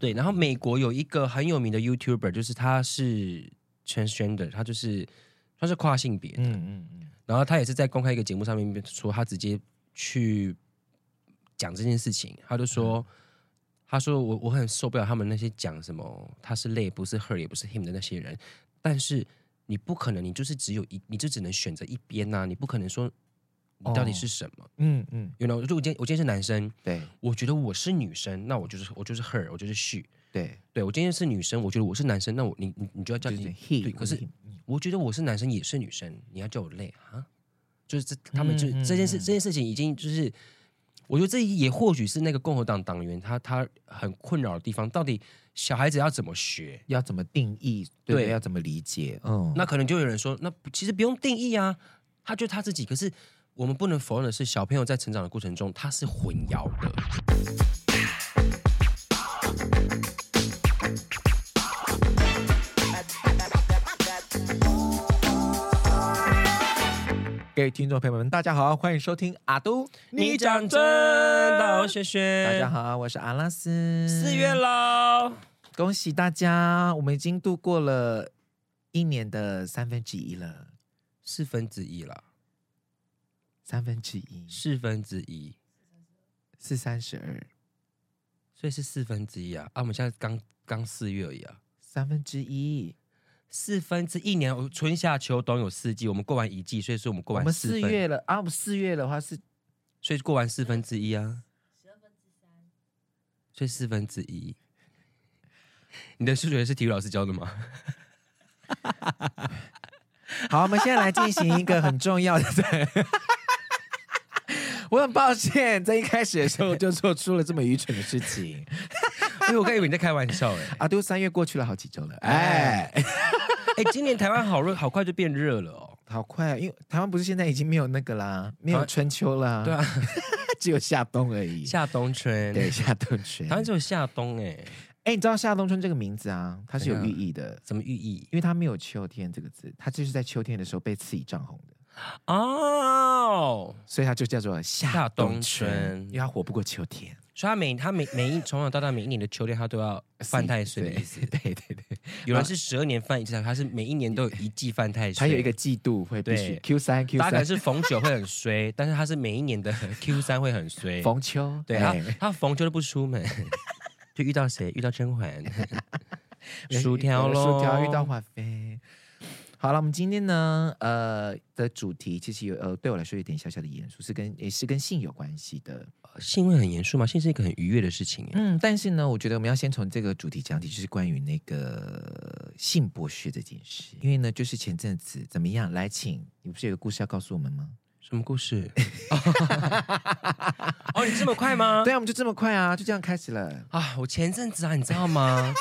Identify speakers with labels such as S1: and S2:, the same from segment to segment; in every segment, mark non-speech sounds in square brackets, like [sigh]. S1: 对，然后美国有一个很有名的 YouTuber，就是他是 transgender，他就是他是跨性别，
S2: 嗯嗯嗯，
S1: 然后他也是在公开一个节目上面说，他直接去讲这件事情，他就说，他说我我很受不了他们那些讲什么他是 they 不是 her 也不是 him 的那些人，但是你不可能，你就是只有一，你就只能选择一边呐、你不可能说你到底是什么。
S2: 嗯嗯，
S1: You know，如果我今天我今天是男生，
S3: 对
S1: 我觉得我是女生，那我就是我就是 her，我就是 she。
S3: 对，
S1: 对我今天是女生，我觉得我是男生，那我你你你就要叫
S3: 就是
S1: 你
S3: he
S1: 对，
S3: 或
S1: 可是
S3: him
S1: 我觉得我是男生也是女生，你要叫我累啊？就是这他们就、
S2: 嗯嗯
S1: 这件事
S2: 嗯
S1: 这件事情已经就是，我觉得这也或许是那个共和党党员他他很困扰的地方，到底小孩子要怎么学？
S3: 要怎么定义？对不对，
S1: 对
S3: 要怎么理解？嗯，
S1: 那可能就有人说，那不其实不用定义啊，他就他自己。可是我们不能否认的是，小朋友在成长的过程中，他是混淆的。
S2: 各位听众朋友们，大家好，欢迎收听阿都，
S1: 讲真的，我雪雪，
S3: 大家，好，我是阿拉斯，
S1: 四月喽。
S3: 恭喜大家，我们已经度过了一年的三分之一了，
S1: 四分之一啦，
S3: 三分之一
S1: 四分之一，
S3: 是三十二，
S1: 所以是四分之一啊！啊，我们现在刚刚四月而已啊，
S3: 三分之一，
S1: 四分之一年，春夏秋冬有四季，我们过完一季，所以说我们过
S3: 我
S1: 完
S3: 们
S1: 四
S3: 四
S1: 分，
S3: 月了啊，我们四月的话是
S1: 所以过完四分之一啊，所以四分之一。你的数学是体育老师教的吗？ [laughs]
S3: [laughs] 好，我们现在来进行一个很重要的。 [laughs] 我很抱歉，在一开始的时候就做出了这么愚蠢的事情。 [laughs]
S1: 因为我刚以为你在开玩笑哎、
S3: 阿都三月过去了好几周了，哎，
S1: 哎、今年台湾好热，好快就变热了哦。
S3: 好快，因为台湾不是现在已经没有那个啦，没有春秋啦，
S1: 对啊，
S3: [laughs] 只有夏冬而已。
S1: 夏冬春，
S3: 对，夏冬春
S1: 台。湾只有夏冬哎、
S3: 哎，你知道夏冬春这个名字啊，它是有
S1: 怎
S3: 寓
S1: 样
S3: 意的，
S1: 什么寓意
S3: 因为它没有秋天这个字，它就是在秋天的时候被刺以涨红的，
S1: 哦？
S3: 所以它就叫做夏冬
S1: 冬
S3: 春
S1: 春，
S3: 因为它活不过秋天。
S1: 所以他每他每每一从小到大每一年的秋天，他都要犯太岁的意思。
S3: 对
S1: [laughs]
S3: 对对。
S1: 有人是十二年犯一次，他是每一年都有一季犯太岁。
S3: 还有一个，季度会必须
S1: 对
S3: Q 三 Q
S1: 大家可能
S3: 三
S1: 是逢九会很衰，但是他是每一年的 [laughs] Q 三会很衰。
S3: 逢秋，
S1: 对他
S3: 哎
S1: 他逢秋都不出门，就遇到谁？遇到甄嬛，
S3: [laughs]
S1: 薯条喽，
S3: 薯条遇到华妃。好了，我们今天呢，呃的主题其实有呃，对我来说有点小小的严肃，是跟也是跟性有关系的。
S1: 性会很严肃吗？性是一个很愉悦的事情耶。
S3: 嗯，但是呢，我觉得我们要先从这个主题讲起，就是关于那个性剥削这件事。因为呢，就是前阵子怎么样，来请你不是有个故事要告诉我们吗？
S1: 什么故
S3: [laughs]
S1: 事？哦，你这么快吗？
S3: 对啊，我们就这么快啊，就这样开始了。
S1: 啊，我前阵子啊，你知道
S3: [laughs]
S1: 吗？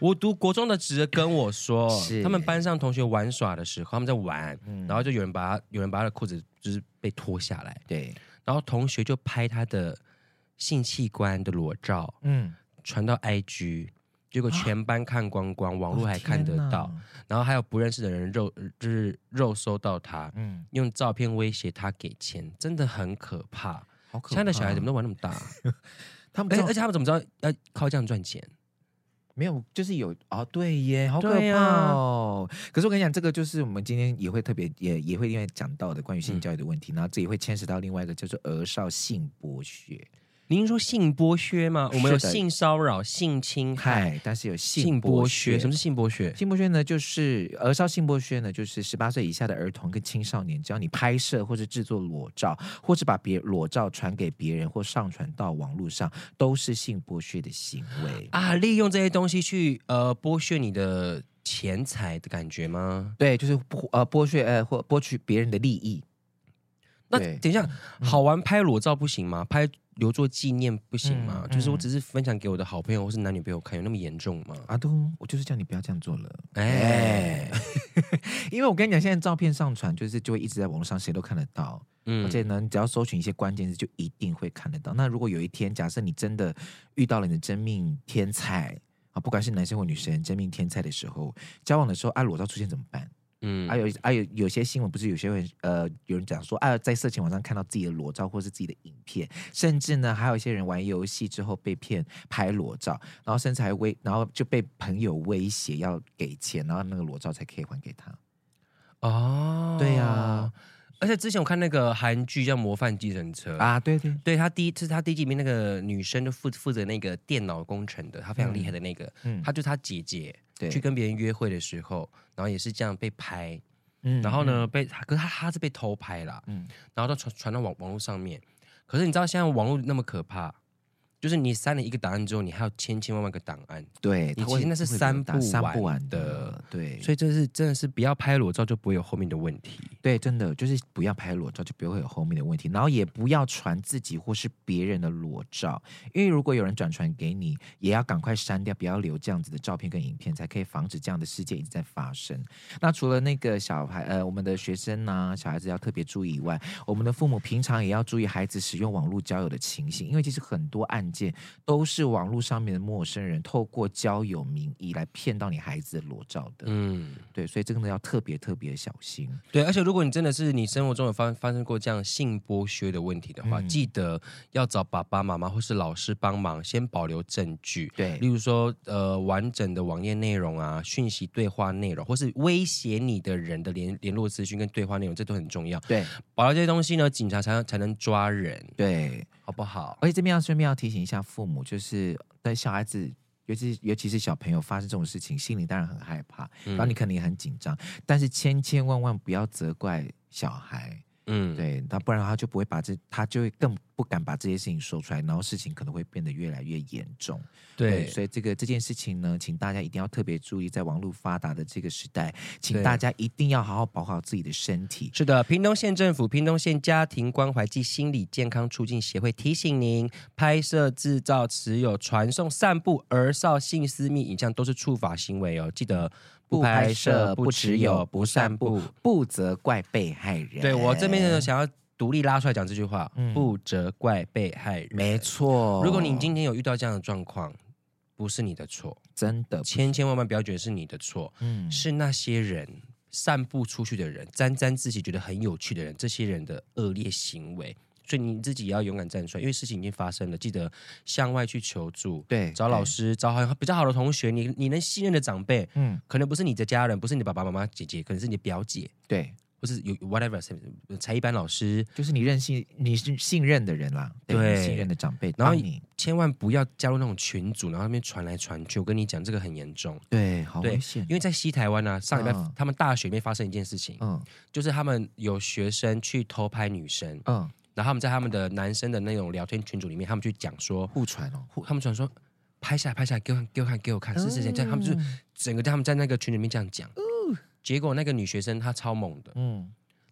S1: 我读国中的侄儿跟我说
S3: 是，嗯
S1: 他们班上同学玩耍的时候，他们在玩，然后就有人把他有人把他的裤子就是被脱下来，
S3: 对，
S1: 然后同学就拍他的性器官的裸照
S3: 嗯，
S1: 传到 IG，结果全班看光光，网络还看得到
S3: 哦天，
S1: 然后还有不认识的人肉就是肉搜到他，
S3: 嗯，
S1: 用照片威胁他给钱，真的很可怕。
S3: 好可怕。
S1: 现在的小孩怎么都玩那么
S3: [laughs]
S1: 大、
S3: 他们
S1: 而
S3: 知
S1: 且
S3: 道
S1: 而且他们怎么知道要靠这样赚钱？
S3: 没有，就是有哦，对耶，好可
S1: 对啊呀
S3: 怕哦。可是我跟你讲，这个就是我们今天也会特别也也会另外讲到的关于性
S1: 嗯
S3: 教育的问题，然后这也会牵扯到另外一个叫做儿少性剥削，
S1: 您说性剥削吗？
S3: 是的
S1: 我们有性骚扰、性侵害、
S3: 嗨，但是有性
S1: 性
S3: 剥
S1: 剥削。什么是嗯性剥削？
S3: 性剥削呢，就是儿少性剥削呢，就是十八岁以下的儿童跟青少年，只要你拍摄或是制作裸照，或是把别裸照传给别人或上传到网络上，都是性剥削的行为。
S1: 啊，利用这些东西去呃剥削你的钱财的感觉吗？
S3: 对，就是剥呃剥削呃或剥取别人的利益。
S1: 那
S3: 对嗯
S1: 等一下，好玩拍裸照不行吗？拍留作纪念不行吗？
S3: 嗯
S1: 就是我
S3: 嗯
S1: 只是分享给我的好朋友或是男女朋友看，有那么严重吗？
S3: 阿东，我就是叫你不要这样做了。
S1: 哎
S3: 哎，， [laughs] 因为我跟你讲，现在照片上传就是就会一直在网络上，谁都看得到。而
S1: 嗯，
S3: 且呢，你只要搜寻一些关键字，就一定会看得到。那如果有一天，假设你真的遇到了你的真命天才啊，不管是男生或女生，真命天才的时候，交往的时候啊，裸照出现怎么办？
S1: 嗯，
S3: 还、有还、有有些新闻不是有些人呃有人讲说啊，在色情网站看到自己的裸照或是自己的影片，甚至呢还有一些人玩游戏之后被骗拍裸照，然后甚至还威，然后就被朋友威胁要给钱，然后那个裸照才可以还给他。
S1: 哦，
S3: 对呀
S1: 而且之前我看那个韩剧叫《模范计程车》啊，
S3: 啊，对对，
S1: 对他第一，这是他第一集里面那个女生就负负责那个电脑工程的，她非常厉害的那个，
S3: 嗯，
S1: 她就是她姐姐
S3: 对，
S1: 去跟别人约会的时候，然后也是这样被拍，
S3: 嗯
S1: 然后？呢被，可是她她是被偷拍啦，
S3: 嗯，
S1: 然后到传传到网网络上面。可是你知道现在网络那么可怕，就是你删了一个档案之后，你还有千千万万个档案，
S3: 对，它
S1: 以前
S3: 其实
S1: 那是
S3: 会比较
S1: 删
S3: 大
S1: 不
S3: 删
S1: 完
S3: 不完
S1: 的，
S3: 对，
S1: 所以这是真的是不要拍裸照就不会有后面的问题。
S3: 对，真的就是不要拍裸照，就不会有后面的问题。然后也不要传自己或是别人的裸照，因为如果有人转传给你，也要赶快删掉，不要留这样子的照片跟影片，才可以防止这样的事件一直在发生。那除了那个小孩，呃，我们的学生呐、小孩子要特别注意以外，我们的父母平常也要注意孩子使用网络交友的情形，因为其实很多案件都是网络上面的陌生人透过交友名义来骗到你孩子的裸照的。
S1: 嗯，
S3: 对，所以真的要特别特别小心。
S1: 对，而且如果你真的是你生活中有发发生过这样性剥削的问题的话，
S3: 嗯
S1: 记得要找爸爸妈妈或是老师帮忙，先保留证据。
S3: 对
S1: 例，如说，呃，完整的网页内容啊，讯息对话内容，或是威胁你的人的联联络资讯跟对话内容，这都很重要。
S3: 对
S1: 保留这些东西呢，警察才才能抓人，
S3: 对，
S1: 好不好？
S3: 而且这边要顺便要提醒一下父母，就是对小孩子，尤其尤其是小朋友发生这种事情，心里当然很害怕，
S1: 嗯
S3: 然后你可能也很紧张，但是千千万万不要责怪小孩，
S1: 嗯，
S3: 对，那不然他就不会把这，他就会更不敢把这些事情说出来，然后事情可能会变得越来越严重。
S1: 对，
S3: 所以这个这件事情呢，请大家一定要特别注意，在网络发达的这个时代，请
S1: 对
S3: 大家一定要好好保好自己的身体。
S1: 是的，屏东县政府屏东县家庭关怀暨心理健康促进协会提醒您：拍摄、制造、持有、传送、散布儿少性私密影像都是触法行为哦，记得
S3: 不拍摄、不持有、不
S1: 不
S3: 散
S1: 散
S3: 布
S1: 布。，
S3: 不责怪被害人。
S1: 对我这边呢，想要独立拉出来讲这句话，
S3: 嗯
S1: 不责怪被害人。
S3: 没，错，
S1: 如果你今天有遇到这样的状况，不是你的错，
S3: 真的不
S1: 千千万万不要觉得是你的错，
S3: 嗯
S1: 是那些人。散布出去的人，沾沾自喜，觉得很有趣的人，这些人的恶劣行为，所以你自己也要勇敢站出来，因为事情已经发生了，记得向外去求助，
S3: 对
S1: 找老，师，找好比较好的同学，你你能信任的长辈，
S3: 对嗯，
S1: 可能不是你的家人，不是你的爸爸妈妈、姐姐，可能是你的表姐，
S3: 对，
S1: 或是有 whatever 才艺班老师，
S3: 就是你任性，你是信任的人啦，
S1: 对
S3: 你信任的长辈，
S1: 然后
S3: 帮你
S1: 千万不要加入那种群组，然后那边传来传去。我跟你讲，这个很严重，
S3: 对，好
S1: 对
S3: 危险
S1: 因，为在西台湾呢、上礼拜、
S3: 嗯
S1: 他们大学里面发生一件事情，
S3: 嗯
S1: 就是他们有学生去偷拍女生，
S3: 嗯，
S1: 然后他们在他们的男生的那种聊天群组里面，他们去讲说，
S3: 互传哦，
S1: 呼他们传说拍下来，拍下来，给我看，给我看，给我看，是是谁？这样他们就
S3: 嗯
S1: 整个他们在那个群里面这样讲。结果那个女学生她超猛的，
S3: 嗯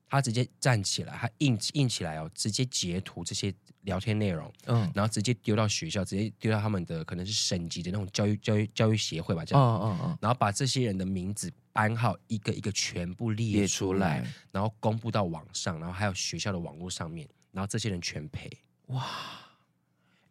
S1: 她直接站起来，她硬硬起来哦，直接截图这些聊天内容，
S3: 嗯，
S1: 然后直接丢到学校，直接丢到他们的可能是省级的那种教育教育教育协会吧，这
S3: 哦
S1: 样，
S3: 哦哦，
S1: 然后把这些人的名字班号一个一个全部列
S3: 列
S1: 出
S3: 出
S1: 来
S3: 来，，
S1: 然后公布到网上，然后还有学校的网络上面，然后这些人全赔。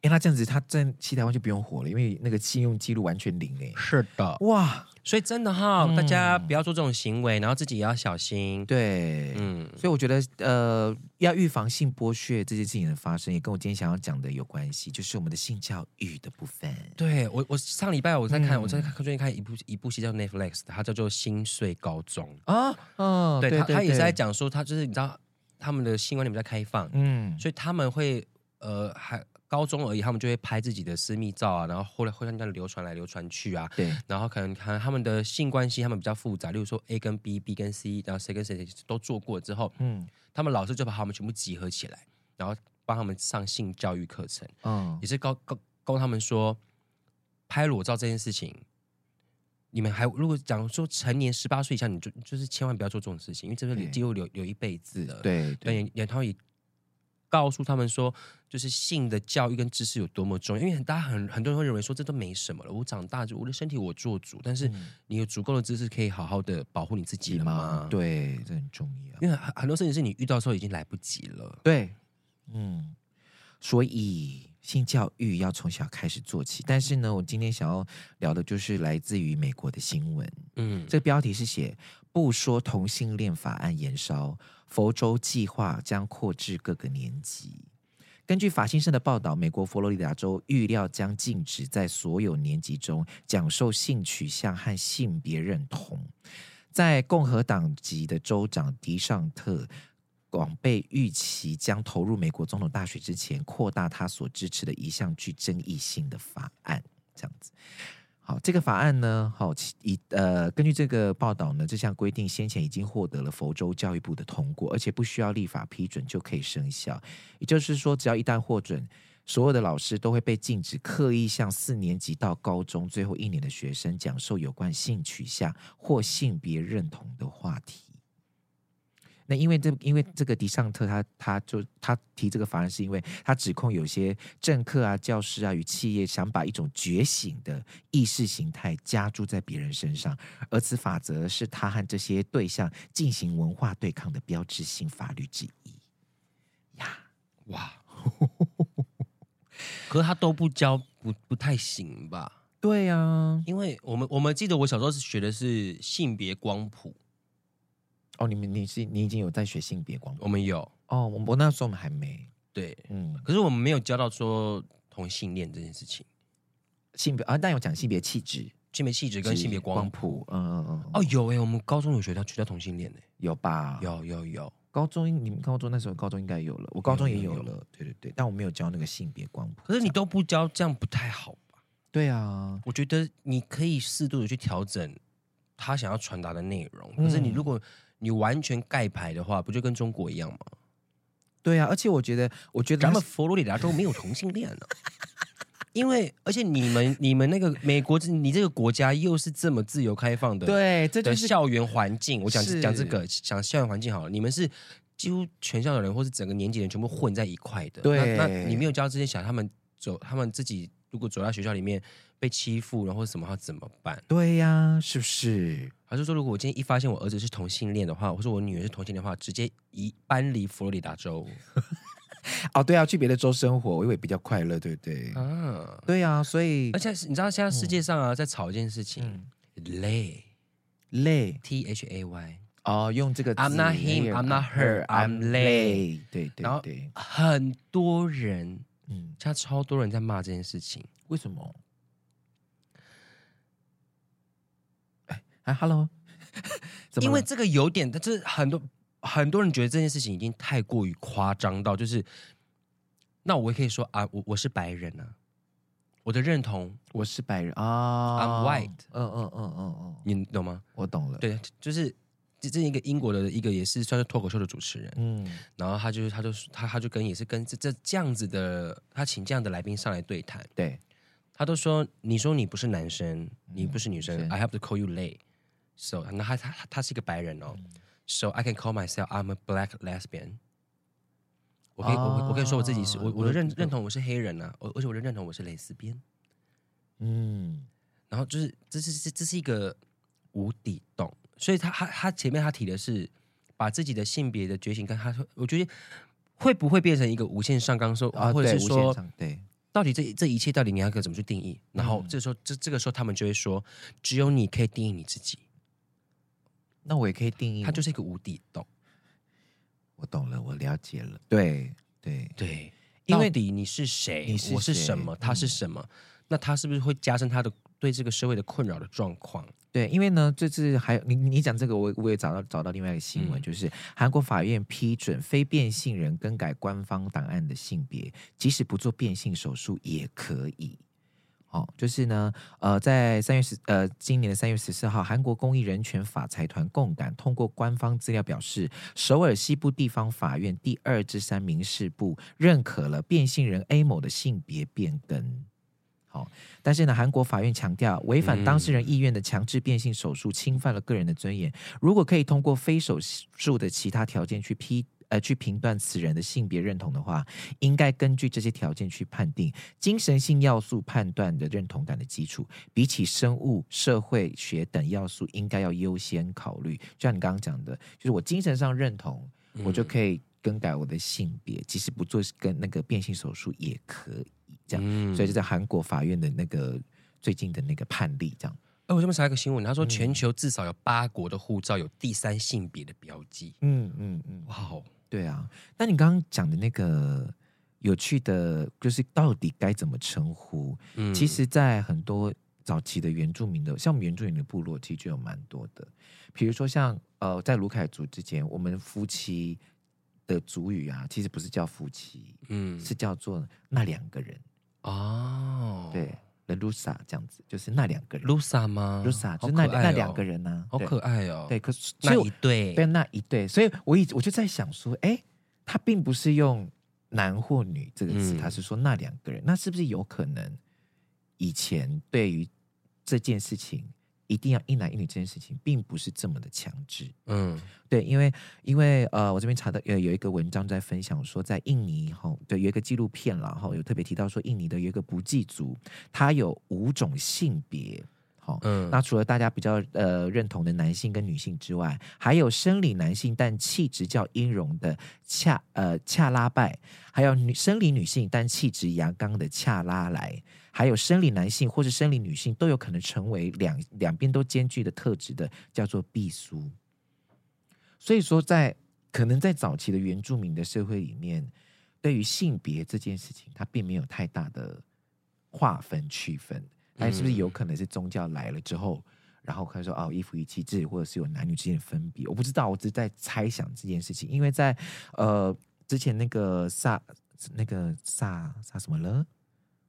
S3: 哎，那这样子他在西台湾就不用活了，因为那个信用记录完全零哎，
S1: 是的，
S3: 哇，
S1: 所以真的哈，大家
S3: 嗯
S1: 不要做这种行为，然后自己也要小心。
S3: 对，
S1: 嗯，
S3: 所以我觉得，呃，要预防性剥削这件事情的发生，也跟我今天想要讲的有关系，就是我们的性教育的部分。
S1: 对我我上礼拜我在看、
S3: 嗯
S1: 我在看最近看一部一部戏叫 Netflix，的它叫做《心碎高中
S3: 啊，嗯》，
S1: 哦对，他他也是在，讲说，他就是你知道他们的性观念比较开放，
S3: 嗯，
S1: 所以他们会呃还高中而已，他们就会拍自己的私密照啊，然后后来会让这样流传来流传去啊，
S3: 对，
S1: 然后可能看他们的性关系，他们比较复杂，例如说 A 跟 B，B 跟 C，然后谁跟谁谁都做过之后，
S3: 嗯
S1: 他们老师就把他们全部集合起来，然后帮他们上性教育课程，
S3: 嗯
S1: 也，是告告告他们说，拍裸照这件事情，你们还如果讲说成年十八岁以下，你就就是千万不要做这种事情，因为这个
S3: 对
S1: 几乎留留一辈子了。
S3: 对
S1: 对，然后也告诉他们说，就是性的教育跟知识有多么重要，因为很大家很很多人会认为说这都没什么了，我长大就我的身体我做主，但是
S3: 嗯
S1: 你有足够的知识可以好好的保护你自己
S3: 急
S1: 了吗
S3: 忙，？，对，这很重要。
S1: 因为很很多事情是你遇到的时候已经来不及了。
S3: 对，嗯，所以性教育要从小开始做起。但是呢，我今天想要聊的就是来自于美国的新闻。
S1: 嗯，
S3: 这个标题是写不说同性恋法案延烧，佛州计划将扩至各个年级。根据法新社的报道，美国佛罗里达州预料将禁止在所有年级中讲授性取向和性别认同。在共和党籍的州长迪尚特广被预期将投入美国总统大选之前，扩大他所支持的一项具争议性的法案。这样子，好，这个法案呢，好，其以呃，根据这个报道呢，这项规定先前已经获得了佛州教育部的通过，而且不需要立法批准就可以生效。也就是说，只要一旦获准，所有的老师都会被禁止刻意向四年级到高中最后一年的学生讲授有关性取向或性别认同的话题。那因为这，因为这个迪尚特他他就他提这个法案，是因为他指控有些政客啊、教师啊与企业想把一种觉醒的意识形态加注在别人身上，而此法则是他和这些对象进行文化对抗的标志性法律之一。
S1: 哇， [laughs] 可是他都不教，不不太行吧？
S3: 对啊呀、
S1: 因为我们我们记得我小时候是学的是性别光谱，
S3: 哦，你们你是你已经有在学性别光谱
S1: 我们有
S3: 哦，我我那时候我们还没，
S1: 对，
S3: 嗯，
S1: 可是我们没有教到说同性恋这件事情，
S3: 性别啊，但有讲性别气质
S1: 性别气质跟性别光谱。
S3: 谱，嗯嗯嗯，
S1: 哦
S3: 哦，，
S1: 有哎、我们高中有学到学到同性恋哎、
S3: 有吧？
S1: 有有有，
S3: 高中你们高中那时候高中应该有了，我高中也有
S1: 有有
S3: 了，对对对，但我没有教那个性别光谱。
S1: 可是你都不教，这样不太好吧？
S3: 对啊，
S1: 我觉得你可以适度的去调整他想要传达的内容，可是你
S3: 嗯
S1: 如果你完全盖牌的话，不就跟中国一样吗？
S3: 对啊，而且我觉得，我觉得
S1: 咱
S3: 他
S1: 们
S3: 是
S1: 佛罗里达州没有同性恋呢、啊因为而且你们你们那个美国这，你这个国家又是这么自由开放的，，
S3: 对，这就
S1: 的
S3: 是
S1: 校园环境，我讲
S3: 是
S1: 讲这个讲校园环境好了，你们是几乎全校的人或是整个年级的人全部混在一块的，
S3: 对
S1: 那那你没有教这些小孩他们走，他们自己如果走到学校里面被欺负，然后什么他怎么办？
S3: 对呀、是不是？
S1: 还是说，如果我今天一发现我儿子是同性恋的话，或者我女儿是同性恋的话，直接移搬离佛罗里达州
S3: 哦，对啊，去别的州生活，我以为比较快乐，对不对？
S1: 啊？
S3: 对啊，嗯所以
S1: 而且是你知道现在世界上啊，在吵一件事情，
S3: 嗯
S1: 累
S3: 累
S1: T H A Y，
S3: 哦，用这个
S1: I'm
S3: 字
S1: not him, I'm not her, I'm 累。
S3: 对对
S1: 然后
S3: 对，
S1: 很多人
S3: 嗯，
S1: 现在超多人在骂这件事情。
S3: 为什么？哎啊，Hello，怎么
S1: 因为
S3: 了
S1: 这个有点，但是很多很多人觉得这件事情已经太过于夸张到，就是那我也可以说啊，我我是白人啊，我的认同，
S3: 我是白人啊
S1: I'm white
S3: 嗯嗯嗯嗯嗯，
S1: 你懂吗？
S3: 我懂了。，
S1: 对，就是这这一个英国的一个也是算是脱口秀的主持人，
S3: 嗯，
S1: 然后他就是他就他他就跟也是跟这这这样子的，他请这样的来宾上来对谈，
S3: 对，
S1: 他都说你说你不是男生，你不是女生、
S3: 嗯是
S1: i have to call you lay，so 那他他他他是一个白人
S3: 嗯
S1: 哦、s o I can call myself I'm a black lesbian。我可以，我我可以说我自己是我我的认
S3: 哦
S1: 认同我是黑人啊，而而且我的认同我是蕾丝边，
S3: 嗯，
S1: 然后就是这是这这是一个无底洞，所以他他他前面他提的是把自己的性别的觉醒跟他说，我觉得会不会变成一个无限上纲说，
S3: 啊，
S1: 或者
S3: 对
S1: 是
S3: 无限
S1: 说
S3: 上对，
S1: 到底这这一切到底你要该怎么去定义？
S3: 嗯
S1: 然后这时候、这这个时候他们就会说，只有你可以定义你自己，
S3: 那我也可以定义我，
S1: 它就是一个无底洞。
S3: 我懂了，我了解了。对对，
S1: 对，
S3: 因
S1: 因
S3: 为
S1: 为底你是谁，
S3: 你是
S1: 我是
S3: 谁嗯
S1: 什么，他是什么，那他是不是会加深他的对这个社会的困扰的状况？
S3: 对，因为呢，这次还有你你讲这个我，我也找到找到另外一个新闻，
S1: 嗯
S3: 就是韩国法院批准非变性人更改官方档案的性别，即使不做变性手术也可以。哦，就是呢，呃，在三月十呃今年的三月十四号，韩国公益人权法财团共感通过官方资料表示，首尔西部地方法院第二至三民事部认可了变性人 A 某的性别变更。好、但是呢，韩国法院强调，违反当事人意愿的强制变性手术侵犯了个人的尊严。如果可以通过非手术的其他条件去批呃去评断此人的性别认同的话，应该根据这些条件去判定精神性要素判断的认同感的基础，比起生物、社会学等要素，应该要优先考虑。就像你刚刚讲的，就是我精神上认同，我就可以更改我的性别，即使不做跟那个变性手术也可以这样。
S1: 嗯
S3: 所以就在韩国法院的那个最近的那个判例这样。
S1: 哎，我这边查一个新闻，他
S3: 嗯
S1: 说全球至少有八国的护照有第三性别的标记。
S3: 嗯嗯嗯，
S1: 哇哦，
S3: 对啊。那你刚刚讲的那个有趣的，就是到底该怎么称呼？
S1: 嗯
S3: 其实，在很多早期的原住民的，像我们原住民的部落，其实就有蛮多的。比如说像呃，在卢凯族之间，我们夫妻的族语啊，其实不是叫夫妻，
S1: 嗯
S3: 是叫做那两个人，
S1: 哦，
S3: 对，l u s a 这样子，就是那两个人
S1: ，Lusa 吗
S3: Lusa，就
S1: 好
S3: 是那、
S1: 可爱
S3: 那
S1: 哦
S3: 两个，人呢、啊，
S1: 好
S3: 对
S1: 可爱哦。
S3: 对，，可是所
S1: 那一
S3: 以我
S1: 对，
S3: 对那一对，所以我一我就在想说，哎，他并不是用男或女这个词，
S1: 嗯
S3: 他是说那两个人，那是不是有可能以前对于这件事情一定要一男一女这件事情，并不是这么的强制？
S1: 嗯
S3: 对，因为因为呃，我这边查到呃有一个文章在分享说，在印尼哈，对，有一个纪录片啦哈，有特别提到说，印尼的有一个不祭族，他有五种性别，好、
S1: 嗯，
S3: 那除了大家比较呃认同的男性跟女性之外，还有生理男性但气质较阴柔的恰呃恰拉拜，还有女生理女性但气质阳刚的恰拉来，还有生理男性或是生理女性都有可能成为两两边都兼具的特质的，叫做避苏。所以说在，可能在早期的原住民的社会里面，对于性别这件事情，它并没有太大的划分区分。但是不是
S1: 嗯
S3: 有可能是宗教来了之后，然后开始说哦一夫一妻制，或者是有男女之间的分别？我不知道，我只是在猜想这件事情，因为在呃之前那个萨那个萨萨什么了，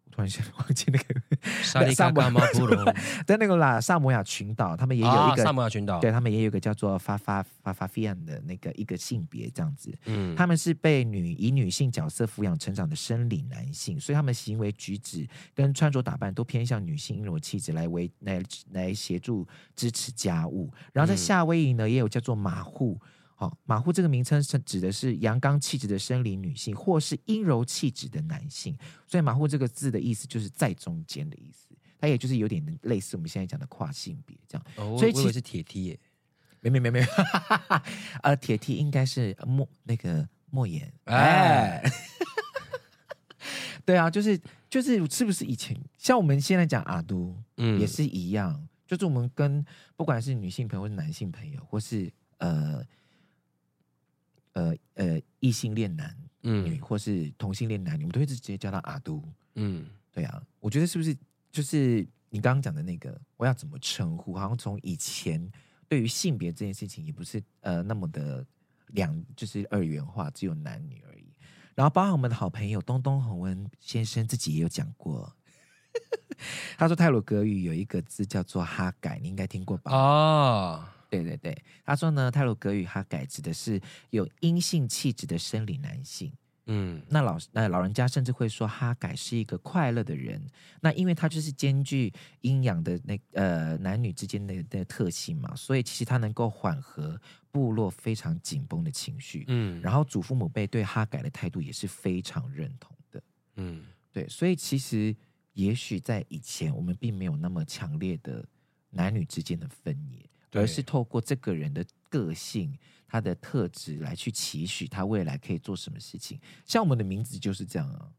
S3: 我突然间 [laughs] 忘记那个，
S1: 沙利
S3: 萨
S1: 嘎
S3: 摩
S1: 嘎
S3: 亚
S1: 吗？布
S3: [laughs]
S1: 隆，
S3: 在那个啦萨摩亚群岛，他们也有
S1: 啊
S3: 一个
S1: 萨摩亚群岛，
S3: 对他们也有一个叫做发发发发菲安的那个一个性别这样子，
S1: 嗯，
S3: 他们是被女以女性角色抚养成长的生理男性，所以他们行为举止跟穿着打扮都偏向女性阴柔气质来为来来协助支持家务。然后在
S1: 嗯
S3: 夏威夷呢，也有叫做马户。哦，马户这个名称是指的是阳刚气质的生理女性，或是阴柔气质的男性。所以马户这个字的意思就是在中间的意思，它也就是有点类似我们现在讲的跨性别这样。
S1: 哦我
S3: 所
S1: 我以
S3: 以其
S1: 为
S3: 实
S1: 是铁梯耶，
S3: 没没没没， [laughs] 呃，铁梯应该是呃莫那个莫言，哎
S1: 哎，
S3: [laughs] 对啊，就是就是是不是以前像我们现在讲阿都、
S1: 嗯，
S3: 也是一样，就是我们跟不管是女性朋友、或是男性朋友，或是呃呃呃异性恋男女、
S1: 嗯
S3: 或是同性恋男女，我们都会直接叫他阿都，
S1: 嗯，
S3: 对啊，我觉得是不是就是你刚刚讲的那个，我要怎么称呼？好像从以前对于性别这件事情，也不是呃那么的两，就是二元化，只有男女而已。然后，包含我们的好朋友东东洪文先生自己也有讲过， [laughs] 他说泰鲁格语有一个字叫做哈改，你应该听过吧？
S1: 哦，
S3: 对对对，他说呢，泰鲁格语哈改指的是有阴性气质的生理男性。
S1: 嗯
S3: 那老那老人家甚至会说哈改是一个快乐的人，那因为他就是兼具阴阳的那呃男女之间的的特性嘛，所以其实他能够缓和部落非常紧绷的情绪。
S1: 嗯，
S3: 然
S1: 后
S3: 后祖父母辈对哈改的态度也是非常认同的，
S1: 嗯
S3: 对，所以其实也许在以前我们并没有那么强烈的男女之间的分野，
S1: 对
S3: 而是透过这个人的个性、他的特质来去期许他未来可以做什么事情。像我们的名字就是这样啊，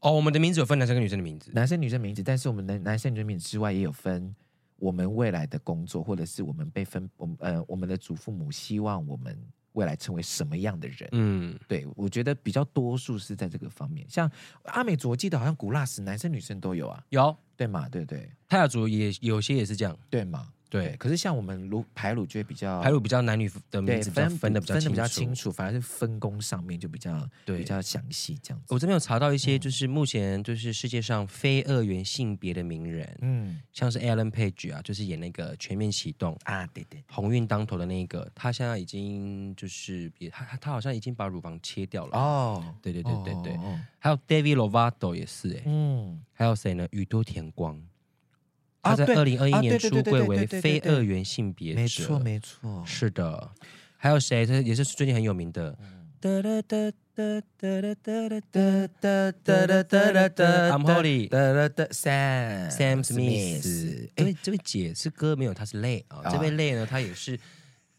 S1: 哦，我们的名字有分男生跟女生的名字，
S3: 男生女生名字，但是我们男男生女生名字之外，也有分我们未来的工作，或者是我们被分我们呃我们的祖父母希望我们未来成为什么样的人。
S1: 嗯
S3: 对，我觉得比较多数是在这个方面，像阿美族，我记得好像古拉斯男生女生都有啊，
S1: 有
S3: 对嘛？对对
S1: 泰雅族也有些也是这样，
S3: 对嘛？
S1: 对，
S3: 可是像我们鲁排鲁就会比较
S1: 还有比较男女的名
S3: 啊对
S1: 字比较
S3: 分
S1: 分的
S3: 的
S1: 比较
S3: 比较
S1: 清
S3: 清
S1: 楚。
S3: 楚，反而是分工上面就比较
S1: 对哦
S3: 比较详细这样子。
S1: 我这边有查到一些，
S3: 嗯
S1: 就是目前就是世界上非二元性别的名人，
S3: 嗯
S1: 像是 Alan Page 啊，就是演那个《全面启动》
S3: 啊，对对
S1: 鸿运当头的那一个，他现在已经就是也他他他好像已经把乳房切掉了。
S3: 哦，
S1: 对对对对对，
S3: 哦，哦哦
S1: 还有 David Lovato 也是哎、
S3: 嗯
S1: 还有谁呢？宇多田光，他
S3: 啊
S1: 在
S3: 对
S1: 二零二一
S3: 啊
S1: 年
S3: 对对
S1: 出
S3: 对对
S1: 柜
S3: 对
S1: 为
S3: 对对
S1: 非
S3: 对对
S1: 二元性别者，
S3: 没错没错，
S1: 是的，还有谁？这也是最近很有名的。
S3: 嗯
S1: 哒哒哒哒哒哒哒哒
S3: 哒哒
S1: 哒哒哒哒哒，I'm Holly
S3: 哒哒哒，Sam
S1: Sam Smith，
S3: 哎
S1: 因为这位姐是歌没有，她是累啊。
S3: 啊
S1: 这位累呢，她也是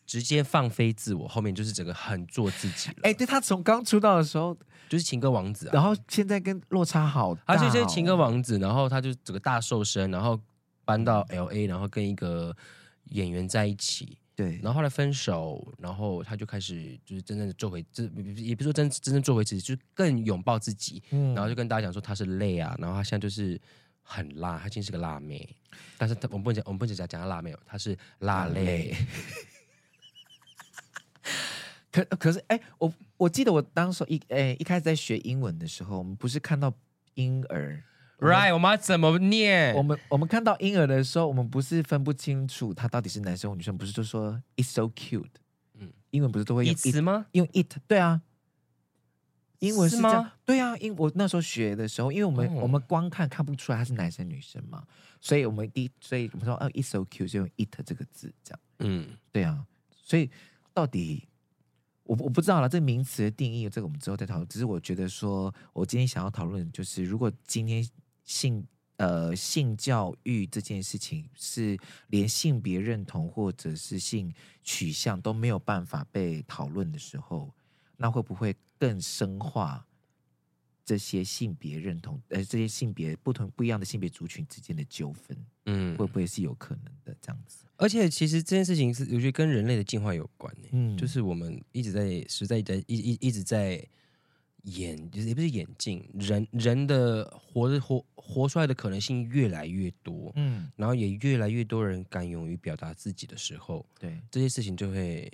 S1: 直接放飞自我，后面就是整个很做自己了。
S3: 哎，对他从刚出道的时候，
S1: 就是情歌王子
S3: 然
S1: 啊，
S3: 后现在跟落差好大哦，
S1: 她就是情歌王子，然后她就整个大瘦身，然后。搬到 L A，然后跟一个演员在一起，
S3: 对，
S1: 然后后来分手，然后他就开始就是真正的做回，这也不是说真真正做回自己，就是更拥抱自己，
S3: 嗯
S1: 然后就跟大家讲说他是累啊，然后他现在就是很辣，他已经是个辣妹，但是他我们不能讲，我们不能讲讲她辣妹哦，她是辣
S3: 累
S1: 妹，
S3: 可可是，哎、我我记得我当时候一哎、一开始在学英文的时候，我们不是看到婴儿我
S1: [laughs]
S3: 们
S1: right，我们要怎么念
S3: 我？们我们看到婴儿的时候，我们不是分不清楚他到底是男生或女生，不是就说 it's so cute，嗯
S1: 嗯，
S3: 英文不是都会用
S1: 一
S3: it
S1: 词吗？
S3: 用 it，对啊，英文是
S1: 是
S3: 这
S1: 吗
S3: 样，对啊，英我那时候学的时候，因为我们、
S1: 哦
S3: 我们光看看不出来他是男生女生嘛，所以我们第一所以我们说哦 it's so cute 就用 it 这个字这样，
S1: 嗯，
S3: 对啊，所以到底。我我不知道了，这个名词的定义，这个我们之后再讨论。只是我觉得说，我今天想要讨论的就是，如果今天性呃性教育这件事情是连性别认同或者是性取向都没有办法被讨论的时候，那会不会更深化这些性别认同呃这些性别不同不一样的性别族群之间的纠纷，
S1: 嗯
S3: 会不会是有可能的这样子？
S1: 而且其实这件事情是，我觉得跟人类的进化有关、欸
S3: 嗯
S1: 就是我们一直在实在在一一一直在演，就是也不是演进，人人的活着活活出来的可能性越来越多，
S3: 嗯，
S1: 然后也越来越多人敢勇于表达自己的时候，
S3: 对，
S1: 这些事情就会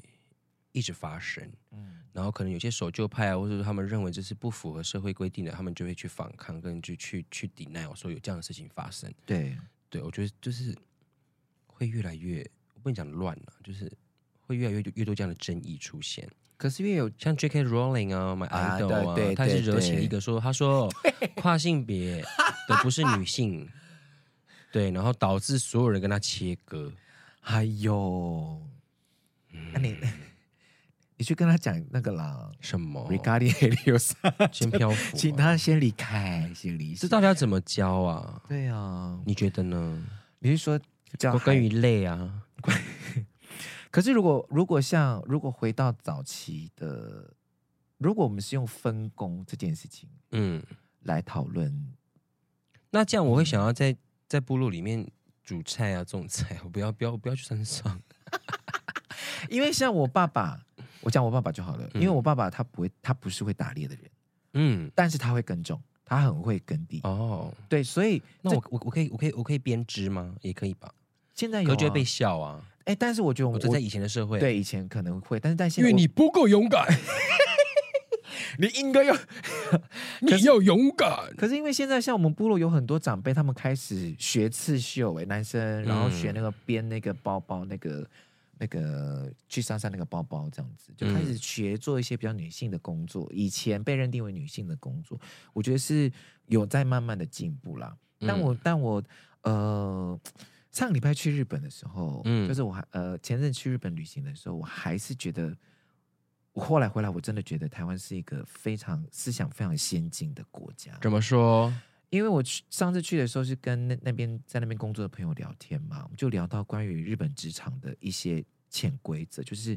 S1: 一直发生。
S3: 嗯
S1: 然后可能有些守旧派啊，或者是他们认为这是不符合社会规定的，他们就会去反抗，跟去去去抵赖，说有这样的事情发生。
S3: 对，
S1: 对，我觉得就是会越来越，我不能讲乱了、就是会越来越越多这样的争议出现。
S3: 可是越有
S1: 像 J.K. Rowling 啊，My
S3: 啊
S1: Idol 啊，
S3: 对对
S1: 他也是
S3: 对
S1: 惹起了
S3: 对
S1: 一个说，他说跨性别的不是女性，对，然后导致所有人跟他切割。
S3: 哎呦，
S1: 嗯
S3: 那、你 [laughs] 你去跟他讲那个啦、
S1: 什么
S3: r？e g a r d i n g Helios，
S1: 哦先漂浮、
S3: 请
S1: 啊，
S3: 他先离开，先离开。
S1: 这到底要怎么教啊？
S3: 对啊，
S1: 你觉得呢？
S3: 你是说叫
S1: 我关
S3: 孩
S1: 于累啊，
S3: 可是如果如果像如果回到早期的，如果我们是用分工这件事情
S1: 嗯，
S3: 来讨论，
S1: 那这样我会想要在在部落里面煮菜啊、种菜，我不要不要我不要去山上。
S3: 因为像我爸爸，我讲我爸爸就好了，因为我爸爸他不会，他不是会打猎的人，
S1: 嗯，
S3: 但是他会耕种，他很会耕地，
S1: 哦，
S3: 对，所以
S1: 那
S3: 这
S1: 我我我可以我可以我可以编织吗？也可以吧，
S3: 现在
S1: 可
S3: 有、
S1: 是
S3: 啊、
S1: 就会被笑啊。
S3: 哎，但是我觉得我
S1: 我
S3: 们
S1: 这在以前的社会，，
S3: 对以前可能会，但是但现在我
S1: 不够勇敢，
S3: 你应该要，
S1: 你要勇敢。
S3: [laughs] 可是因为现在像我们部落有很多长辈，他们开始学刺绣，哎，男生然后学那个编那个包包，那个那个去山上那个包包这样子，就开始学做一些比较女性的工作。以前被认定为女性的工作，我觉得是有在慢慢的进步啦。
S1: 嗯
S3: 但我但我呃。上个礼拜去日本的时候，
S1: 嗯
S3: 就是我还呃前阵去日本旅行的时候，我还是觉得，我后来回来，我真的觉得台湾是一个非常思想非常先进的国家。
S1: 怎么说？
S3: 因为我去上次去的时候是跟那那边在那边工作的朋友聊天嘛，我们就聊到关于日本职场的一些潜规则，就是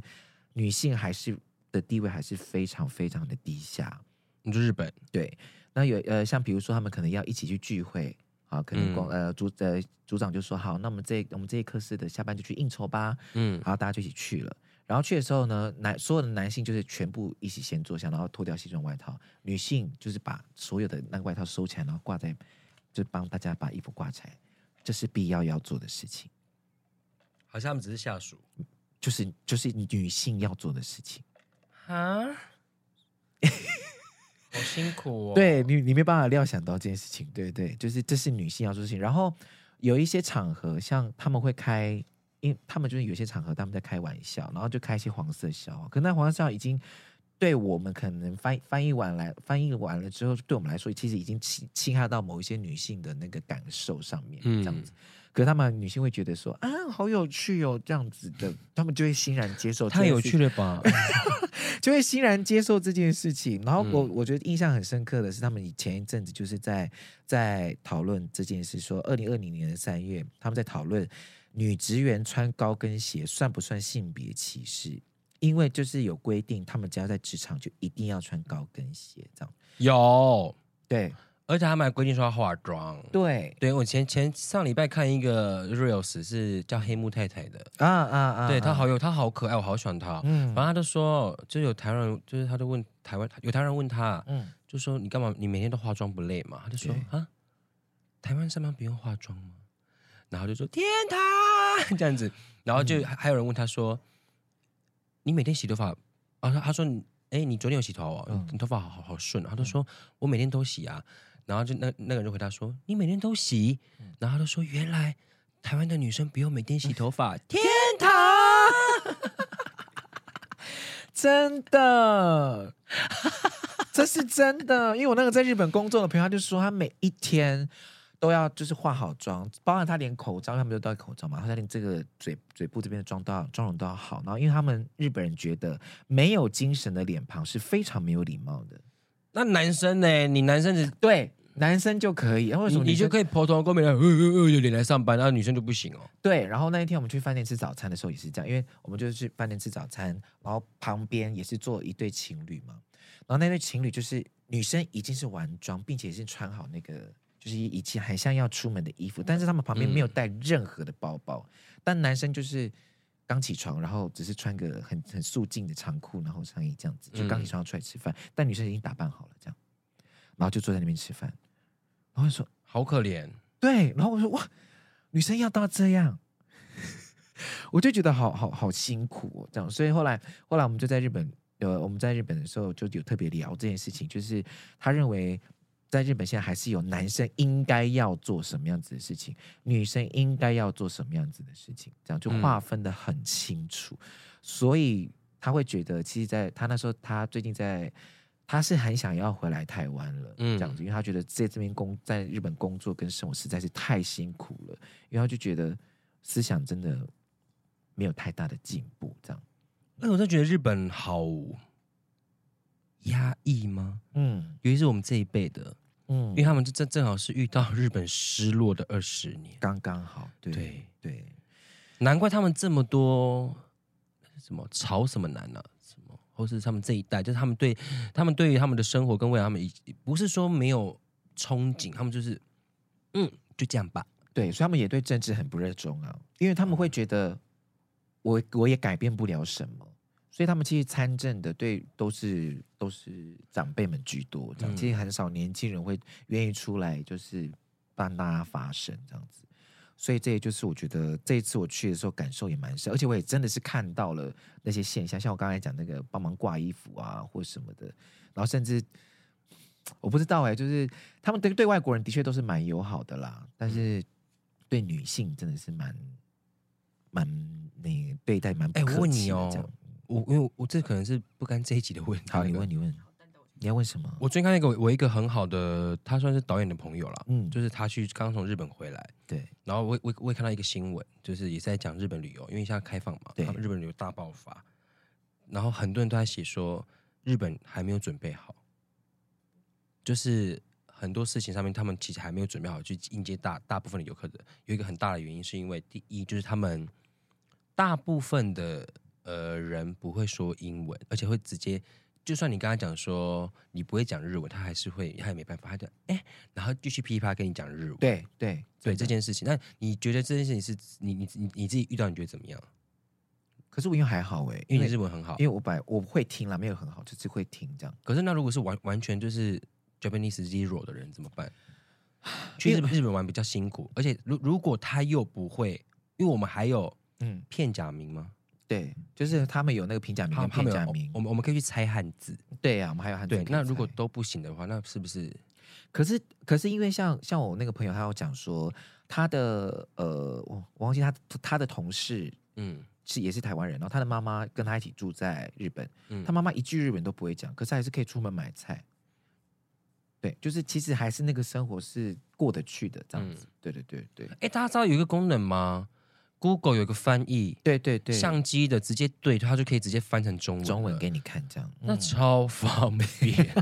S3: 女性还是的地位还是非常非常的低下。
S1: 你说日本，
S3: 对，那有呃，像比如说他们可能要一起去聚会。啊，可能
S1: 嗯
S3: 工、呃组呃组长就说好，那我们这我们这一科室的下班就去应酬吧，
S1: 嗯
S3: 然后大家就一起去了。然后去的时候呢，男所有的男性就是全部一起先坐下，然后脱掉西装外套；女性就是把所有的那个外套收起来，然后挂在，就帮大家把衣服挂起来。这是必要要做的事情，
S1: 好像他们只是下属
S3: 就是就是女性要做的事情。
S1: 啊， [laughs] 好辛苦哦。
S3: 对你，你没办法料想到这件事情，对对，就是这是女性要做的事情。然后有一些场合，像他们会开，因他们就是有些场合他们在开玩笑，然后就开一些黄色笑话，可那黄色笑话已经对我们可能翻翻译完来翻译完了之后，对我们来说其实已经侵侵害到某一些女性的那个感受上面，这样
S1: 嗯
S3: 子。可是他们女性会觉得说啊，好有趣哦，这样子的，他们就会欣然接受。
S1: 太有趣
S3: 了。
S1: 了吧？
S3: 就会欣然接受这件事情。然后我、
S1: 嗯
S3: 我觉得印象很深刻的是，他们前一阵子就是在在讨论这件事，说二零二零年的三月，他们在讨论女职员穿高跟鞋算不算性别歧视。因为就是有规定，他们只要在职场就一定要穿高跟鞋，这样
S1: [laughs] 有，
S3: 对，
S1: 而且他们还规定说要化妆。
S3: 对，
S1: 对我前前上礼拜看一个 reels 是叫黑木太太的，
S3: 啊啊啊，
S1: 对她
S3: 啊，
S1: 好有她好可爱，我好喜欢她。
S3: 嗯
S1: 反正她就说，就有台湾人，就是她就问台湾有台湾人问她，
S3: 嗯，
S1: 就说你干嘛？你每天都化妆不累吗？她就说
S3: 对
S1: 啊，台湾上班不用化妆吗？然后就说天堂这样子，然后
S3: 嗯
S1: 就还还有人问她说，你每天洗头发？啊，她她说你哎，你昨天有洗头哦，
S3: 嗯
S1: 你头发好好顺、哦。她就说我每天都洗啊。然后就那那个人就回答说你每天都洗，
S3: 嗯
S1: 然后他就说原来台湾的女生不用每天洗头
S3: [laughs]
S1: 发，天堂。
S3: 真的。这是真的，因为我那个在日本工作的朋友，他就说他每一天都要就是化好妆，包含他连口罩，因为他们都戴口罩嘛，他连这个嘴嘴部这边的妆都要妆容都要好。然后，因为他们日本人觉得没有精神的脸庞是非常没有礼貌的，
S1: 那男生呢？你男生只
S3: 对，男生就可以，为什
S1: 你
S3: 么
S1: 你就
S3: 以？
S1: 可以抛头过面来，呃呃呃，有脸来上班，然后女生就不行哦。
S3: 对，然后那一天我们去饭店吃早餐的时候也是这样，因为我们就是去饭店吃早餐，然后旁边也是坐一对情侣嘛，然后那对情侣就是女生已经是完妆，并且是穿好那个就是已经很像要出门的衣服，但是他们旁边没有带任何的包包，但男生就是刚起床，然后只是穿个很很素净的长裤，然后上衣这样子，就刚起床要出来吃饭，但女生已经打扮好了这样，然后就坐在那边吃饭，然后就说
S1: 好可怜，
S3: 对，然后我说哇，女生要到这样， [laughs] 我就觉得好好好辛苦哦，这样。所以后来后来我们就在日本，呃，我们在日本的时候就有特别聊这件事情，就是他认为在日本现在还是有男生应该要做什么样子的事情，女生应该要做什么样子的事情，这样就
S1: 嗯
S3: 划分的很清楚，所以他会觉得，其实在他那时候，他最近在。他是很想要回来台湾了，
S1: 嗯
S3: 这样子，因为他觉得在这边工在日本工作跟生活实在是太辛苦了，因为他就觉得思想真的没有太大的进步，这样，
S1: 哎，我真的觉得日本好压抑吗？
S3: 嗯
S1: 尤其是我们这一辈的，
S3: 嗯
S1: 因为他们就正正好是遇到日本失落的二十年，
S3: 刚刚好，对
S1: 对
S3: 对，
S1: 难怪他们这么多什么吵什么难呢、什么，或是他们这一代，就是他们对他们对于他们的生活跟未来，他们已不是说没有憧憬，他们就是嗯，就这样吧。
S3: 对，所以他们也对政治很不热衷啊，因为他们会觉得我我也改变不了什么，所以他们其实参政的对都是都是长辈们居多，这样、
S1: 嗯
S3: 其实很少年轻人会愿意出来就是帮大家发声这样子。所以这也就是我觉得这一次我去的时候感受也蛮深，而且我也真的是看到了那些现象，像我刚才讲那个帮忙挂衣服啊或什么的，然后甚至我不知道哎、就是他们对对外国人的确都是蛮友好的啦，但是对女性真的是蛮蛮那对待蛮不
S1: 哎我
S3: 客
S1: 问
S3: 气
S1: 你
S3: 的
S1: 哦
S3: 这样。
S1: 我因为我这可能是不干这一集的问题。
S3: 好，你
S1: 那个
S3: 问你问，你要问什么？
S1: 我最近看那个我我一个很好的，他算是导演的朋友啦，
S3: 嗯，
S1: 就是他去刚从日本回来，
S3: 对，
S1: 然后我我我也看到一个新闻，就是也是在讲日本旅游，因为现在开放嘛，
S3: 对
S1: 他们日本旅游大爆发，然后很多人都在写说日本还没有准备好，就是很多事情上面他们其实还没有准备好去迎接大大部分的游客的，有一个很大的原因是因为第一就是他们大部分的呃人不会说英文，而且会直接。就算你跟他讲说你不会讲日文，他还是会，他也没办法，他就哎、然后继续噼里啪啦跟你讲日文。
S3: 对对
S1: 对这
S3: 真的
S1: 件事情，那你觉得这件事情是你你你你自己遇到，你觉得怎么样？
S3: 可是我因为还好哎、
S1: 因
S3: 因
S1: 为
S3: 为
S1: 你日文很好
S3: 因，为我本来我会听啦，没有很好，就是会听这样。
S1: 可是那如果是完完全就是 Japanese zero 的人怎么办？去日本日本玩比较辛苦，而且如如果他又不会，因为我们还有
S3: 嗯，
S1: 片假名吗？
S3: 对，就是他们有那个平假名
S1: 他
S3: 跟
S1: 他
S3: 片
S1: 们
S3: 假
S1: 有
S3: 名
S1: 我，们我们可以去猜汉字。
S3: 对啊呀、我们还有汉字
S1: 对，
S3: 可以
S1: 那如果
S3: 猜
S1: 都不行的话，那是不是
S3: 可是，可是因为像像我那个朋友，他有讲说，他的呃，我我忘记他他的同事
S1: 嗯
S3: 是也是台湾人，然后他的妈妈跟他一起住在日本，
S1: 嗯
S3: 他妈妈一句日文都不会讲，可是还是可以出门买菜。对，就是其实还是那个生活是过得去的这样
S1: 嗯
S3: 子。对对对对
S1: 哎，大家知道有一个功能吗？Google 有一个翻译，
S3: 对对对，
S1: 相机的直接对它就可以直接翻成中文了，
S3: 中文给你看这样。
S1: 那
S3: 嗯
S1: 超方便。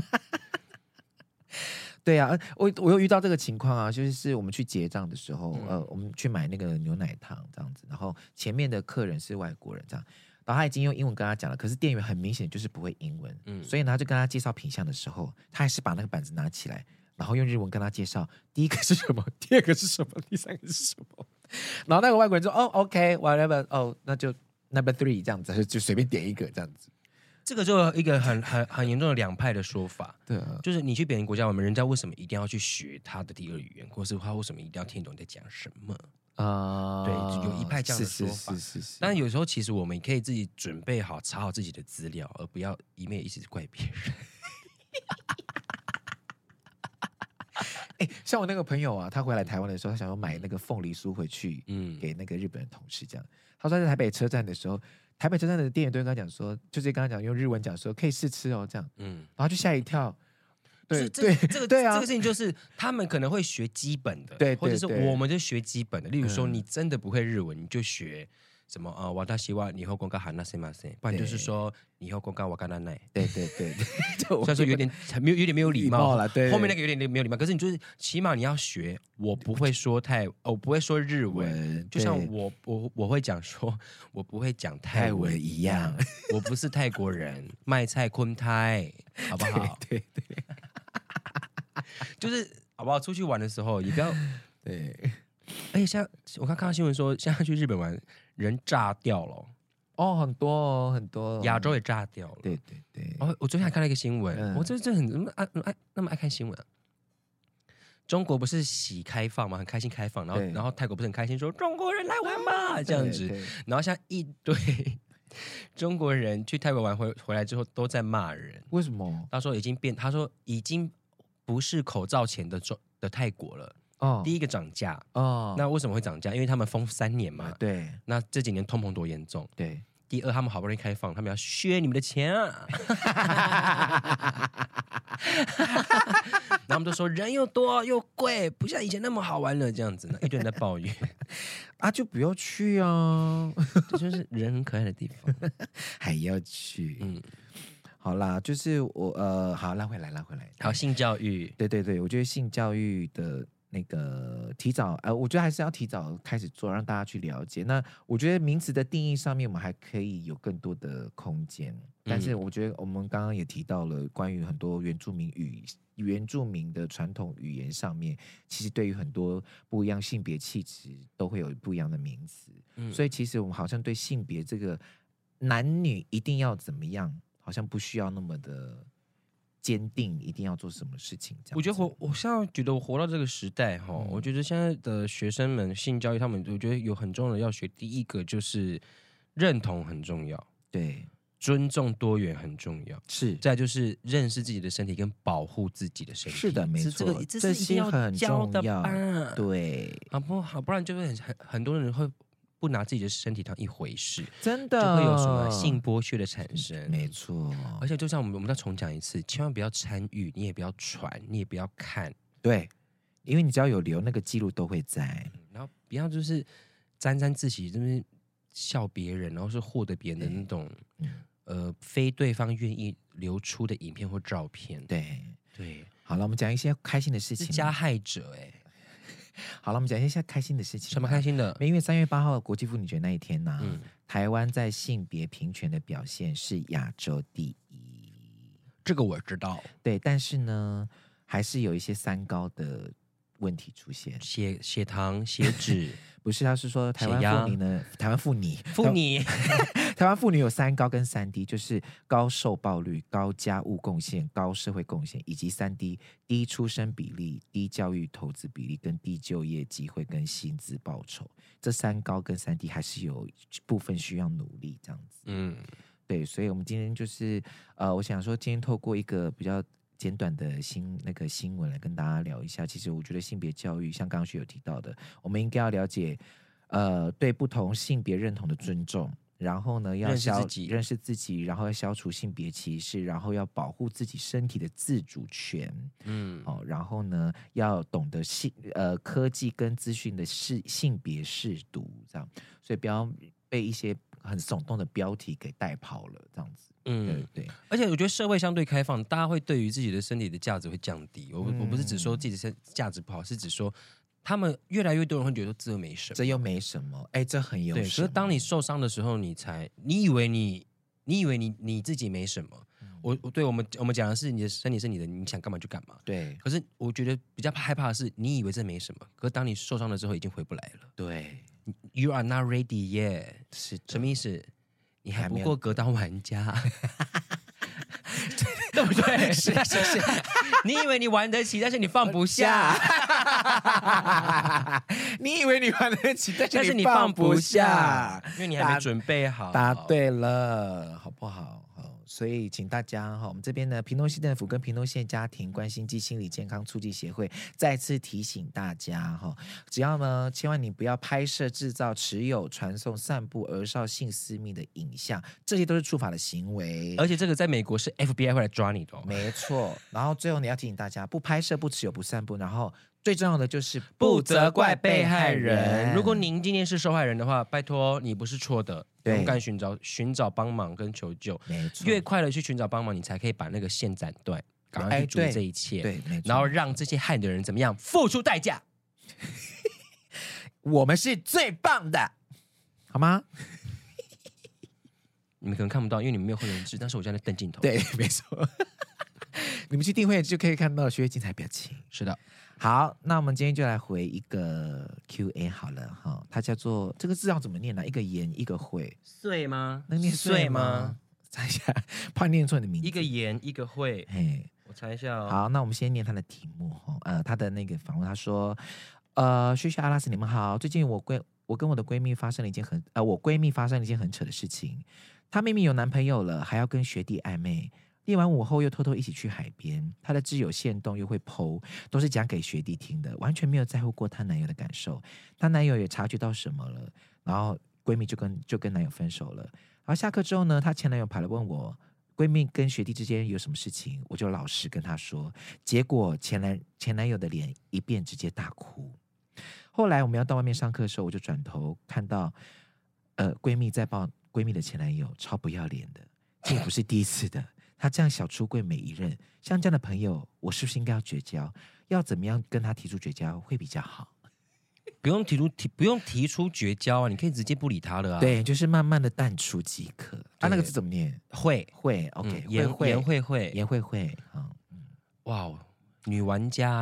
S3: 对啊，呃我我有遇到这个情况啊，就是是我们去结账的时候，
S1: 嗯
S3: 呃，我们去买那个牛奶糖这样子，然后前面的客人是外国人这样，然后他已经用英文跟他讲了，可是店员很明显就是不会英文，
S1: 嗯
S3: 所以呢，他就跟他介绍品相的时候，他还是把那个板子拿起来，然后用日文跟他介绍第一个是什么，第二个是什么，第三个是什么。然后那个外国人说：“哦，OK，whatever，、哦，那就 number three 这样子，就随便点一个这样子。
S1: 这个就有一个很很很严重的两派的说法，”
S3: 对啊，
S1: 就是你去别人国家玩，人家为什么一定要去学他的第二语言，或是他为什么一定要听懂你在讲什么？
S3: 啊
S1: 对有一派这样的
S3: 是
S1: 说法
S3: 是是是是，
S1: 但有时候其实我们可以自己准备好，查好自己的资料，而不要一面一直怪别人。
S3: 哎、像我那个朋友啊，他回来台湾的时候，他想要买那个凤梨酥回去
S1: 嗯，
S3: 给那个日本的同事，这样。他说他在台北车站的时候，台北车站的店员都会跟他讲说，就是跟他讲用日文讲说可以试吃哦，这样，
S1: 嗯，
S3: 然后他就吓一跳。对
S1: 所以
S3: 对
S1: 这个这个
S3: 对啊
S1: 这个事情就是他们可能会学基本的，
S3: 对对
S1: 或者是
S3: 对
S1: 我们就学基本的。例如说，
S3: 嗯
S1: 你真的不会日文，你就学什么呃，瓦达西瓦，你以后光干哈那塞马塞，不然就是
S3: 对
S1: 说你以后光干瓦干那奈。
S3: 对对
S1: [laughs]
S3: 对，对就我
S1: 虽然说有点很没有有点没有礼貌
S3: 了，对
S1: 后面那
S3: 个
S1: 个有点没有礼貌，可是你就是起码你要学，我不会说泰，哦我不会说日文，
S3: 文
S1: 就像
S3: 对
S1: 我我我会讲说， [laughs] 我不会讲泰
S3: 泰
S1: 文
S3: 文一样，
S1: 我不是泰国人，
S3: [laughs]
S1: 卖菜昆泰，好不好？
S3: 对对
S1: 就是好不好？出去玩的时候也不要， [laughs]
S3: 对，
S1: 而且像我刚看到新闻说，现在去日本玩人炸掉了，
S3: 哦，很多哦，很多哦
S1: 亚，洲也炸掉了。
S3: 对对对，
S1: 哦，我昨天还看到一个新闻，
S3: 嗯
S1: 我这这很怎么爱爱那么爱看新闻啊？中国不是喜开放嘛，很开心开放，然后
S3: 对
S1: 然后泰国不是很开心说中国人来玩
S3: [laughs]
S1: 吧这样
S3: 对
S1: 子，
S3: 对
S1: 然后像一堆 [laughs] 中国人去泰国玩回回来之后都在骂人，
S3: 为什么？
S1: 他说已经变，他说已经不是口罩前的中的泰国了，
S3: 哦
S1: 第一个涨价，
S3: 哦，
S1: 那为什么会涨价？因为他们封三年嘛
S3: 啊，对
S1: 那这几年通膨多严重。
S3: 对，
S1: 第二，他们好不容易开放，他们要削你们的钱 [laughs] 啊！然后他们就说人又多又贵，不像以前那么好玩了，这样子呢，一堆人在抱怨，
S3: 啊，就不要去啊，
S1: [laughs] 这就是人很可爱的地方。
S3: 还要去，
S1: 嗯，
S3: 好啦，就是我呃，好拉回来，拉回来。
S1: 好，性教育，
S3: 对对对，我觉得性教育的那个提早，呃，我觉得还是要提早开始做，让大家去了解。那我觉得名词的定义上面，我们还可以有更多的空间。但是我觉得我们刚刚也提到了关于很多原住民语、原住民的传统语言上面，其实对于很多不一样性别气质都会有不一样的名词。
S1: 嗯
S3: 所以其实我们好像对性别这个男女一定要怎么样，好像不需要那么的坚定，一定要做什么事情这样子。
S1: 我觉得活，我现在觉得我活到这个时代哈，
S3: 嗯
S1: 我觉得现在的学生们性教育，他们我觉得有很重要的要学，第一个就是认同很重要，
S3: 对
S1: 尊重多元很重要，
S3: 是
S1: 再就是认识自己的身体跟保护自己的身体。
S3: 是的，没
S1: 这
S3: 错，
S1: 这个这
S3: 这
S1: 是一定
S3: 些
S1: 要
S3: 很
S1: 教
S3: 重
S1: 的啊
S3: 要。
S1: 吧？，
S3: 对，
S1: 好不好？不然就会很很很多人会不拿自己的身体当一回事，
S3: 真
S1: 就
S3: 的嗯
S1: 会有什么性剥削的产生。
S3: 没错，
S1: 而且就像我们我们再重讲一次，千万不要参与，你也不要传，你也不要看，
S3: 对，因为你只要有留那个记录都会在。
S1: 然后不要就是沾沾自喜，就是笑别人，然后是获得别人的那种
S3: 嗯，
S1: 呃非对方愿意流出的影片或照片。
S3: 对。
S1: 对，
S3: 好了，我们讲一些开心的事
S1: 是
S3: 情。
S1: 加害者哎、
S3: 好了，我们讲一些开心的事情。
S1: 什么开？心的？
S3: 因为三月八号国际妇女节那一天呢、
S1: 嗯，
S3: 台湾在性别平权的表现是亚洲第一。
S1: 这个我知道，
S3: 对，但是呢，还是有一些三高的问题出现。
S1: 血血糖、血脂、
S3: 不是，他是说台
S1: 血压
S3: 湾妇女呢，台湾妇女，
S1: [laughs] 妇女。
S3: 台湾妇女有三高跟三低，就是高受暴率、高家务贡献、高社会贡献，以及三低低出生比例、低教育投资比例跟低就业机会跟薪资报酬。这三高跟三低还是有部分需要努力这样子。
S1: 嗯，
S3: 对，所以我们今天就是呃，我想说今天透过一个比较。简短的新那个新闻来跟大家聊一下。其实我觉得性别教育，像刚刚学有提到的，我们应该要了解，呃，对不同性别认同的尊重，然后呢，要
S1: 认识
S3: 消
S1: 自己
S3: 认识自己，然后要消除性别歧视，然后要保护自己身体的自主权，
S1: 嗯，
S3: 哦，然后呢，要懂得性呃科技跟资讯的适性别适度，这样，所以不要被一些很耸动的标题给带跑了，这样子，对
S1: 嗯，
S3: 对
S1: 而且我觉得社会相对开放，大家会对于自己的身体的价值会降低。我不、我不是只说自己的身价值不好，是指说他们越来越多人会觉得这没什么。
S3: 这又没什么，哎，这很有
S1: 对，可
S3: 什
S1: 是
S3: 么
S1: 当你受伤的时候，你才你以为你你以为你你自己没什么，我我对我们我们讲的是你的身体是你的，你想干嘛就干嘛。
S3: 对
S1: 可是我觉得比较害怕的是，你以为这没什么，可是当你受伤了之后，已经回不来了。
S3: 对，
S1: You are not ready yet，
S3: 是的
S1: 什么意思？你还
S3: 还
S1: 不
S3: 没有
S1: 够格当玩
S3: [laughs]
S1: 家，
S3: 对不对？是是是，
S1: [laughs] 你以为你玩得起，但是你放不下，
S3: [laughs] 你以为你玩得起，但
S1: 但是
S3: 你
S1: 你
S3: 放
S1: 放
S3: 不
S1: 不
S3: 下
S1: 下。，因为你还没准备好。
S3: 答，对了，好不好？好，所以请大家哈，我们这边呢，屏东县政府跟屏东县家庭关心暨心理健康促进协会再次提醒大家哈，只要呢，千万你不要拍摄、制造、持有、传送、散布儿少性私密的影像，这些都是触法的行为。
S1: 而且这个在美国是 FBI 会来抓你的、哦。
S3: 没错，然后最后你要提醒大家，不拍摄、不持有、不散布，然后最重要的就是
S1: 如果您今天是受害人的话，拜托你不是错的，
S3: 对
S1: 勇敢寻找寻找帮忙跟求救，
S3: 没错，
S1: 越快的去寻找帮忙，你才可以把那个线斩断，赶快
S3: 哎
S1: 去处理
S3: 对
S1: 这一切。
S3: 对，没错。
S1: 然后让这些害你的人怎么样付出代价？
S3: 我们是最棒的，好吗？
S1: 你们可能看不到，因为你们没有会员制，但是我现在在瞪镜头。，
S3: 对，没错。你们去订会就可以看到薛精彩表情。
S1: 是的，
S3: 好，那我们今天就来回一个 Q&A 好了哈，它叫做这个字要怎么念呢、一个言，一个会，
S1: 碎吗？
S3: 能念碎吗？？猜一下，怕念错你的名字。
S1: 一个言，一个会，
S3: 嘿，
S1: 我猜一下、哦。
S3: 好，那我们先念他的题目哈，呃，他的那个访问，他说，呃，旭旭阿拉斯，你们好，最近我闺我跟我的闺蜜发生了一件很呃，我闺蜜发生了一件很扯的事情，她明明有男朋友了，还要跟学弟暧昧。练完舞后又偷偷一起去海边，她的挚友现动又会剖，都是讲给学弟听的，完全没有在乎过她男友的感受。她男友也察觉到什么了，然后闺蜜就跟就跟男友分手了。然后下课之后呢，她前男友跑来问我，闺蜜跟学弟之间有什么事情，我就老实跟她说。结果前男前男友的脸一变，直接大哭。后来我们要到外面上课的时候，我就转头看到，呃，闺蜜在抱闺蜜的前男友，超不要脸的。这也不是第一次的，她这样小出柜每一任，像这样的朋友，我是不是应该要绝交？要怎么样跟她提出绝交会比较好？
S1: 不用提出提，不用提出绝交啊，你可以直接不理他了啊。，
S3: 对，就是慢慢的淡出即可。啊，那个字怎么念？
S1: 会
S3: 会，OK，、
S1: 嗯言
S3: 会
S1: 言会
S3: 会
S1: 会，
S3: 言会会，嗯，
S1: 哇哦，女玩家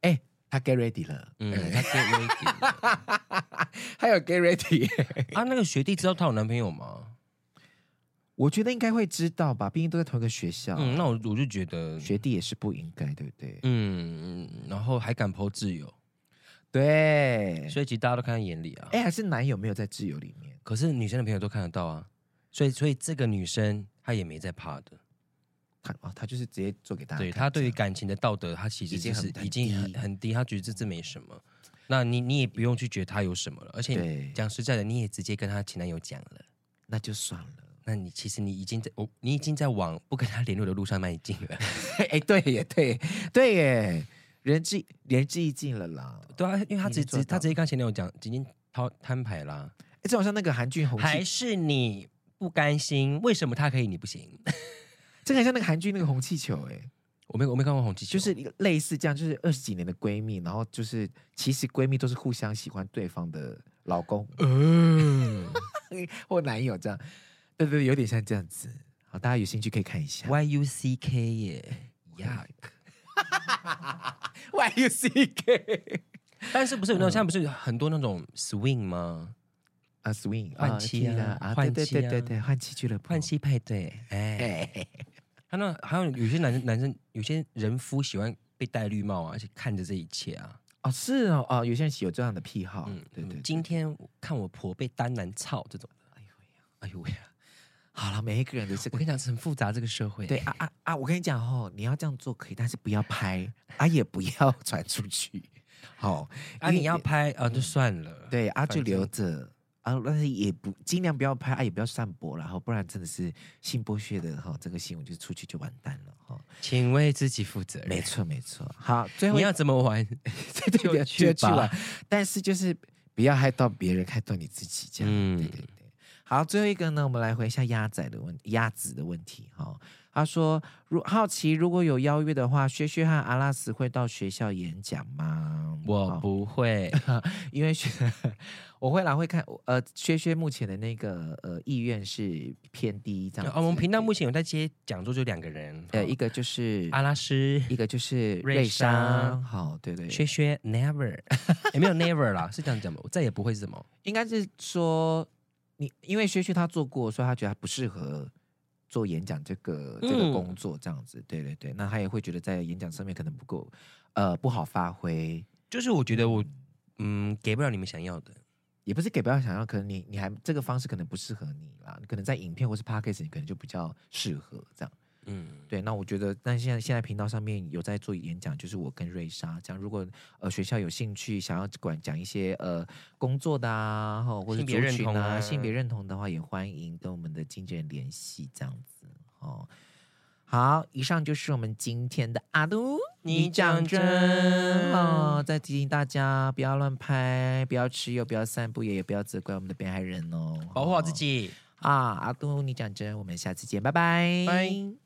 S1: 哎、
S3: 他 get ready 了，哎
S1: 嗯，他 get ready 了 [laughs]
S3: 还有 get ready。
S1: 啊，那个学弟知道她有男朋友吗？
S3: [laughs] 我觉得应该会知道吧，毕竟都在同一个学校，
S1: 嗯，那我我就觉得，
S3: 学弟也是不应该，对不对？
S1: 嗯，嗯然后还敢抛自由，
S3: 对，
S1: 所以其实大家都看在眼里啊。
S3: 哎，还是男友没有在挚友里面，
S1: 可是女生的朋友都看得到啊，所以所以这个女生她也没在怕的，
S3: 他哦，他就是直接做给大家看。
S1: 对她对于
S3: 这样
S1: 感情的道德，她其实
S3: 已经
S1: 就是
S3: 很很
S1: 已经很
S3: 低
S1: 很低，她觉得这这没什么。那你你也不用去觉得她有什么了，而且
S3: 对，
S1: 讲实在的，你也直接跟她前男友讲了，
S3: 那就算了。
S1: 那你其实你已经在我你已经在往不跟她联络的路上迈进
S3: [laughs]
S1: 了，
S3: [laughs] 哎，对耶，对对耶，人之人之一尽了啦。
S1: 对啊，因为她直
S3: 已经做
S1: 接她
S3: 到
S1: 直接跟她前男友讲，已经掏摊牌啦，
S3: 哎，这好像那个韩剧红
S1: 还
S3: 气，
S1: 是你不甘心，为什么她可以你不行？
S3: 这个很像那个韩剧那个红气球，哎，
S1: 我没我没看过红气球， [laughs]
S3: 就是一 [laughs] 个类似这样，就是二十几年的闺蜜，然后就是其实闺蜜都是互相喜欢对方的老公
S1: 嗯
S3: 或男友这样，对对，对有点像这样子。好，大家有兴趣可以看一下。
S1: Y U C K 耶呀。
S3: Y U C K
S1: 嗯但是不是有那种现在不是有很多那种 swing 吗？
S3: 啊，swing
S1: 换妻啊
S3: 啊，对
S1: 换
S3: 对
S1: 妻啊
S3: 对对对，换妻俱乐部，
S1: 换。妻派对，哎，
S3: 哎，
S1: 他那还有有些男生男生有些人夫喜欢被戴绿帽啊，而且看着这一切啊，
S3: 哦，是哦，哦，有些人有这样的癖好，
S1: 嗯，
S3: 对对。
S1: 今天我看我婆被单男操这种的，哎呦喂呀，
S3: 好了，每一个人的这
S1: 我
S3: 个
S1: 跟，你讲，很复杂这个社会，
S3: 对，啊啊啊，我跟你讲哦，你要这样做可以，但是不要拍，啊也不要传出去，好
S1: 啊，
S3: 因为
S1: 你要拍啊，就算了，，
S3: 对啊
S1: 反
S3: 就留
S1: 正
S3: 着。啊，但是也不尽量不要拍，啊也不要散播，然后不然真的是性剥削的哈、这个新闻就出去就完蛋了哈、
S1: 请为自己负责任
S3: 没，错没错，好，最后
S1: 你
S3: 一
S1: 要怎么玩？
S3: [laughs] 对对对，
S1: 就去
S3: 就去
S1: 吧
S3: 玩，但是就是不要害到别人，害到你自己，这样。
S1: 嗯
S3: 对对对。好，最后一个呢，我们来回一下鸭仔的问鸭子的问题哈、他说：“如好奇，如果有邀约的话，薛薛和阿拉斯会到学校演讲吗？”
S1: [laughs] 我
S3: 哦
S1: 不会，
S3: 因为学 [laughs] 我会来会看，呃，薛薛目前的那个呃意愿是偏低这样子。
S1: 哦我们频道目前有在接讲座，就两个人，
S3: 呃
S1: 哦
S3: 一个就是、
S1: 阿拉斯、
S3: 一个就是
S1: 瑞
S3: 瑞
S1: 莎
S3: 莎，好对对，
S1: 薛薛 Never，也 [laughs] 没有 Never 啦，是这样讲吧？我再也不会是什么
S3: 应该是说你，因为薛薛他做过，所以他觉得他不适合做演讲这个这个
S1: 嗯
S3: 工作这样子。对对对，那他也会觉得在演讲上面可能不够，呃，不好发挥。
S1: 就是我觉得我嗯给不了你们想要的，
S3: 也不是给不要想要，可能你你还这个方式可能不适合你啦，可能在影片或是 podcast 你可能就比较适合这样。
S1: 嗯，
S3: 对，那我觉得，但现在现在频道上面有在做演讲，就是我跟瑞莎这样。如果呃学校有兴趣想要管讲一些呃工作的啊，吼或者
S1: 性
S3: 族
S1: 别认
S3: 群
S1: 同
S3: 啊、
S1: 啊
S3: 性别认同的话，也欢迎跟我们的经纪人联系这样子哦。好，以上就是我们今天的阿都
S1: 你讲真
S3: 哦。再提醒大家，不要乱拍，不要吃又不要散步，也也不要责怪我们的被害人哦。
S1: 保护好自己。
S3: 啊！阿都，你讲真，我们下次见，拜拜，
S1: 拜。